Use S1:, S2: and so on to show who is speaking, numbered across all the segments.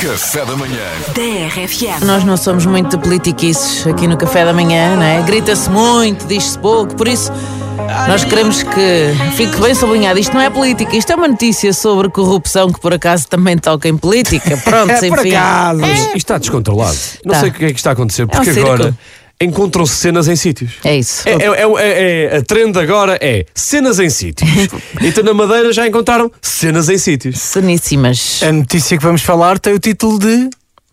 S1: Café da manhã.
S2: TRFM.
S3: Nós não somos muito de politiquices aqui no café da manhã, não é? Grita-se muito, diz-se pouco, por isso nós queremos que fique bem sublinhado. Isto não é política, isto é uma notícia sobre corrupção que por acaso também toca em política. Pronto,
S4: É,
S3: enfim.
S4: por acaso.
S5: Isto está descontrolado. Não
S3: Tá.
S5: sei o que é que está a acontecer, porque
S3: circo.
S5: agora encontram-se cenas em sítios.
S3: É isso.
S5: É, é- é- é- a trend agora é cenas em sítios. então na Madeira já encontraram cenas em sítios.
S3: Saníssimas.
S4: A notícia que vamos falar tem o título de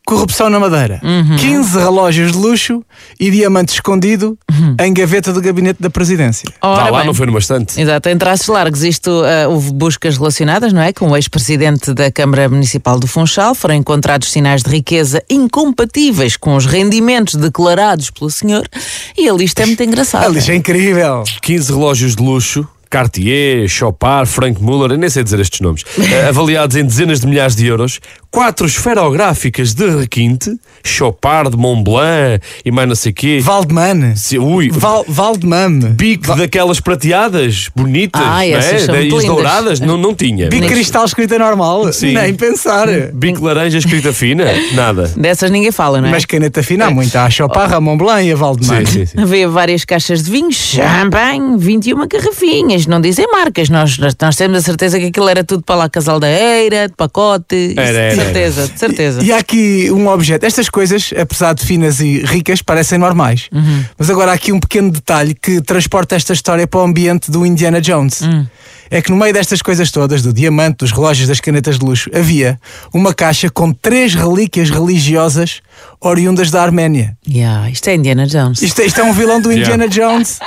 S4: Corrupção na Madeira.
S5: Uhum.
S4: 15 relógios de luxo e diamante escondido
S5: Uhum.
S4: em gaveta do gabinete da presidência.
S3: Ora
S5: Vá lá,
S3: bem.
S5: não foi numa estante.
S3: Exato, em traços largos, isto ah, houve buscas relacionadas, não é? Com o ex-presidente da Câmara Municipal do Funchal foram encontrados sinais de riqueza incompatíveis com os rendimentos declarados pelo senhor e a lista é muito engraçada.
S4: Olha, isto é incrível.
S5: 15 relógios de luxo. Cartier, Chopard, Frank Muller, eu nem sei dizer estes nomes, eh, avaliados em dezenas de milhares de euros, quatro esferográficas de requinte, Chopard, Montblanc e mais não sei quê.
S4: Valdemane.
S5: Se- Ui,
S4: Val, Valdemame.
S5: bico daquelas prateadas, bonitas,
S3: Ah,
S5: não
S3: essas
S5: é?
S3: são
S5: Da- e
S3: muito
S5: as
S3: lindas.
S5: douradas, não, não tinha.
S4: Bico
S5: Mas-
S4: cristal escrita normal.
S5: Sim. Uhum.
S4: Nem pensar.
S3: Hum.
S5: Bico laranja escrita fina, nada.
S3: Dessas ninguém fala, não é?
S4: Mas tá caneta fina há muito. Há a Chopin, Ramon Blanc e a Valdemane.
S5: Sim, sim, sim.
S3: Havia várias caixas de vinho, champanhe, 21 garrafinhas, não dizem marcas. Nós, nós, nós temos a certeza que aquilo era tudo para lá, casaldeira, de pacote.
S5: Era, era,
S3: isso,
S5: era.
S3: de certeza, de certeza.
S4: E há aqui um objeto. Estas coisas, apesar de finas e ricas, parecem normais.
S3: Uhum.
S4: Mas agora há aqui um pequeno detalhe que transporta esta história para o ambiente do Indiana Jones.
S3: Hum.
S4: É que no meio destas coisas todas, do diamante, dos relógios, das canetas de luxo, havia uma caixa com três relíquias religiosas oriundas da Arménia.
S3: Yeah, isto é Indiana Jones.
S4: Isto, é- isto é um vilão do
S5: Yeah.
S4: Indiana Jones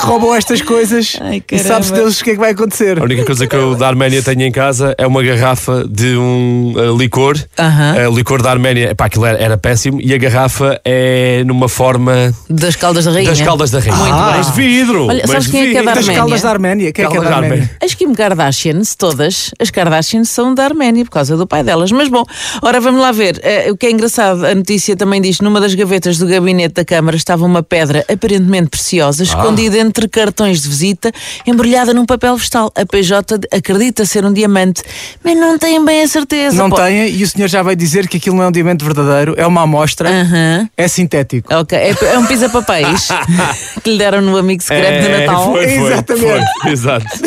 S4: que roubou estas coisas
S3: Ai,
S4: e
S3: caramba.
S4: sabe-se Deus o que é que vai acontecer.
S5: A única coisa que eu da Arménia tenho em casa é uma garrafa de um eh, licor.
S3: Aham.
S5: Eh, licor da Arménia, pá, aquilo era, era péssimo. E a garrafa é numa forma
S3: Das caldas da rainha.
S5: das caldas da rainha.
S3: Muito
S5: Ah,
S3: bem.
S5: Mas de vidro!
S3: Olha,
S5: mas
S3: sabes
S5: de
S3: quem é que é
S5: vidro.
S3: da
S4: Das
S3: Arménia?
S4: caldas da Arménia. Quem é que é
S5: Caldas
S4: da
S5: da
S4: Arménia?
S5: Arménia.
S3: As Kim Kardashians, todas, as Kardashians são da Arménia por causa do pai delas. Mas bom, ora vamos lá ver. Eh, o que é engraçado, a notícia também diz: numa das gavetas do gabinete da Câmara estava uma pedra aparentemente
S5: Ah.
S3: preciosa, escondida entre cartões de visita, embrulhada num papel vestal. A PJ acredita ser um diamante, mas não tem bem a certeza.
S4: Não
S3: Pô,
S4: tenha, e o senhor já vai dizer que aquilo não é um diamante verdadeiro, é uma amostra,
S3: Aham.
S4: é sintético.
S3: Ok, é, é um pisa-papéis que lhe deram no amigo secreto de
S5: É,
S3: Natal.
S5: Foi, foi,
S4: Exatamente.
S5: foi, exato.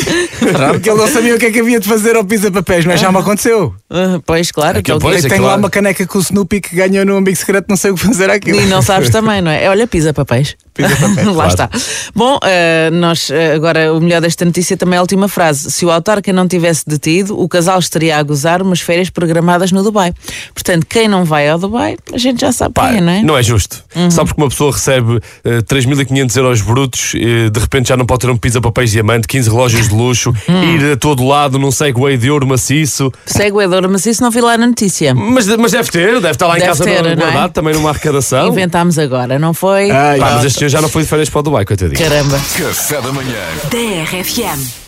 S4: Porque ele não sabia o que é que havia de fazer ao pisa-papéis, mas já me aconteceu.
S3: Ah, pois, claro,
S5: Aquilo,
S3: que é o
S5: pois,
S3: que-
S4: Eu tenho lá
S5: claro.
S4: uma caneca com o Snoopy que ganhou no amigo secreto, não sei o que fazer aquilo.
S3: E não sabes também, não é? Olha, pisa papéis.
S4: Pisa papéis,
S3: Lá
S5: claro.
S3: está. Bom, eh, nós eh, agora o melhor desta notícia também é a última frase. Se o autarca não tivesse detido, o casal estaria a gozar umas férias programadas no Dubai. Portanto, quem não vai ao Dubai, a gente já sabe
S5: Pá,
S3: quem é, não é?
S5: justo. Só porque uma pessoa recebe eh, 3.500 euros brutos, eh, de repente já não pode ter um pizza papéis diamante, 15 relógios de luxo,
S3: Hum.
S5: ir a todo lado num segway de ouro maciço.
S3: Segue o Edor, mas isso não vi lá na notícia.
S5: Mas, mas deve ter, deve estar lá em
S3: Deve
S5: casa
S3: ter, não é?
S5: guardado, também numa arrecadação.
S3: Inventámos agora, não foi?
S5: Pá, mas este senhor já não foi de férias para o Dubai, coitadinho.
S3: Caramba.
S1: Café da manhã.
S2: TRFM.